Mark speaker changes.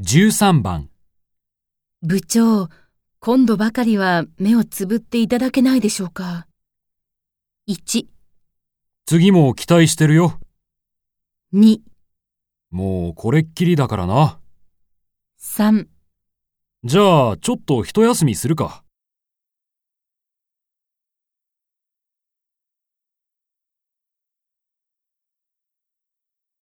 Speaker 1: 13番、
Speaker 2: 部長、今度ばかりは目をつぶっていただけないでしょうか。1、
Speaker 1: 次も期待してるよ。
Speaker 2: 2、
Speaker 1: もうこれっきりだからな。
Speaker 2: 3。
Speaker 1: じゃあ、ちょっと一休みするか。